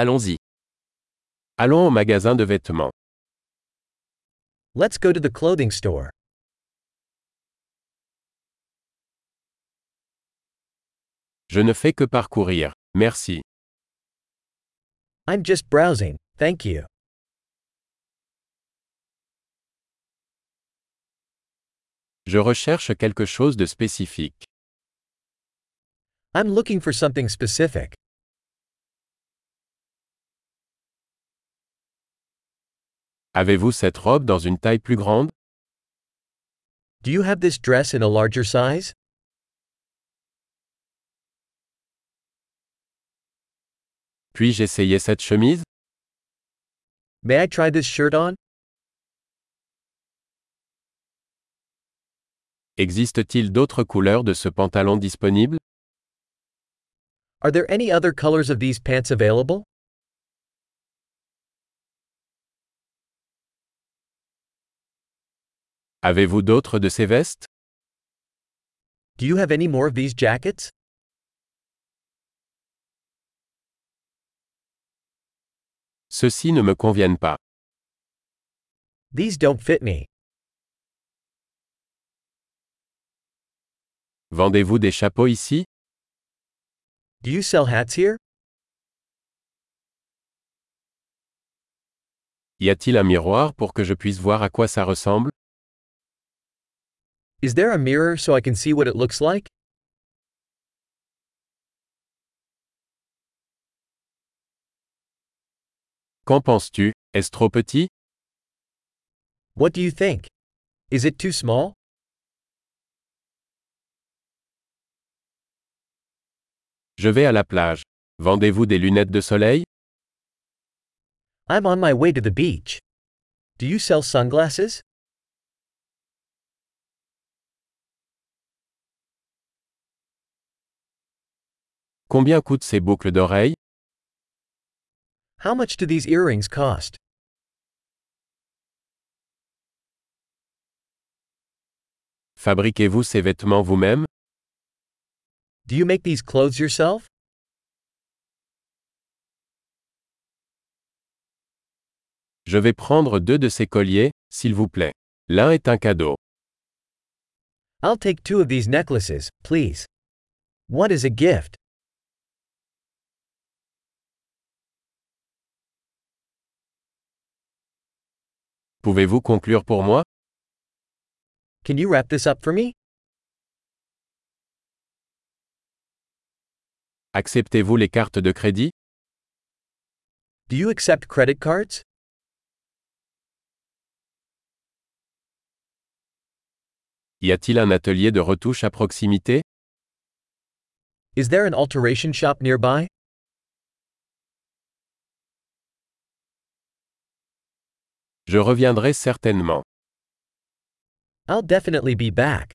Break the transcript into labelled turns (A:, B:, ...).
A: Allons-y. Allons au magasin de vêtements.
B: Let's go to the clothing store.
A: Je ne fais que parcourir. Merci.
B: I'm just browsing, thank you.
A: Je recherche quelque chose de spécifique.
B: I'm looking for something specific.
A: Avez-vous cette robe dans une taille plus grande
B: Do you have this dress in a larger size?
A: Puis-je essayer cette chemise
B: May I try this shirt on?
A: Existe-t-il d'autres couleurs de ce pantalon disponible
B: Are there any other colors of these pants available?
A: Avez-vous d'autres de ces vestes
B: Do you have any more of these jackets?
A: Ceux-ci ne me conviennent pas.
B: These don't fit me.
A: Vendez-vous des chapeaux ici
B: Do you sell hats here?
A: Y a-t-il un miroir pour que je puisse voir à quoi ça ressemble
B: Is there a mirror so I can see what it looks like?
A: Qu'en penses-tu Est-ce trop petit
B: What do you think? Is it too small?
A: Je vais à la plage. Vendez-vous des lunettes de soleil
B: I'm on my way to the beach. Do you sell sunglasses?
A: Combien coûtent ces boucles d'oreilles
B: How much do these earrings cost?
A: Fabriquez-vous ces vêtements vous-même
B: Do you make these clothes yourself?
A: Je vais prendre deux de ces colliers, s'il vous plaît. L'un est un cadeau.
B: I'll take two of these necklaces, please. What is a gift?
A: Pouvez-vous conclure pour moi
B: Can you wrap this up for me?
A: Acceptez-vous les cartes de crédit
B: Do you accept credit cards?
A: Y a-t-il un atelier de retouche à proximité
B: Is there an alteration shop nearby?
A: Je reviendrai certainement.
B: I'll definitely be back.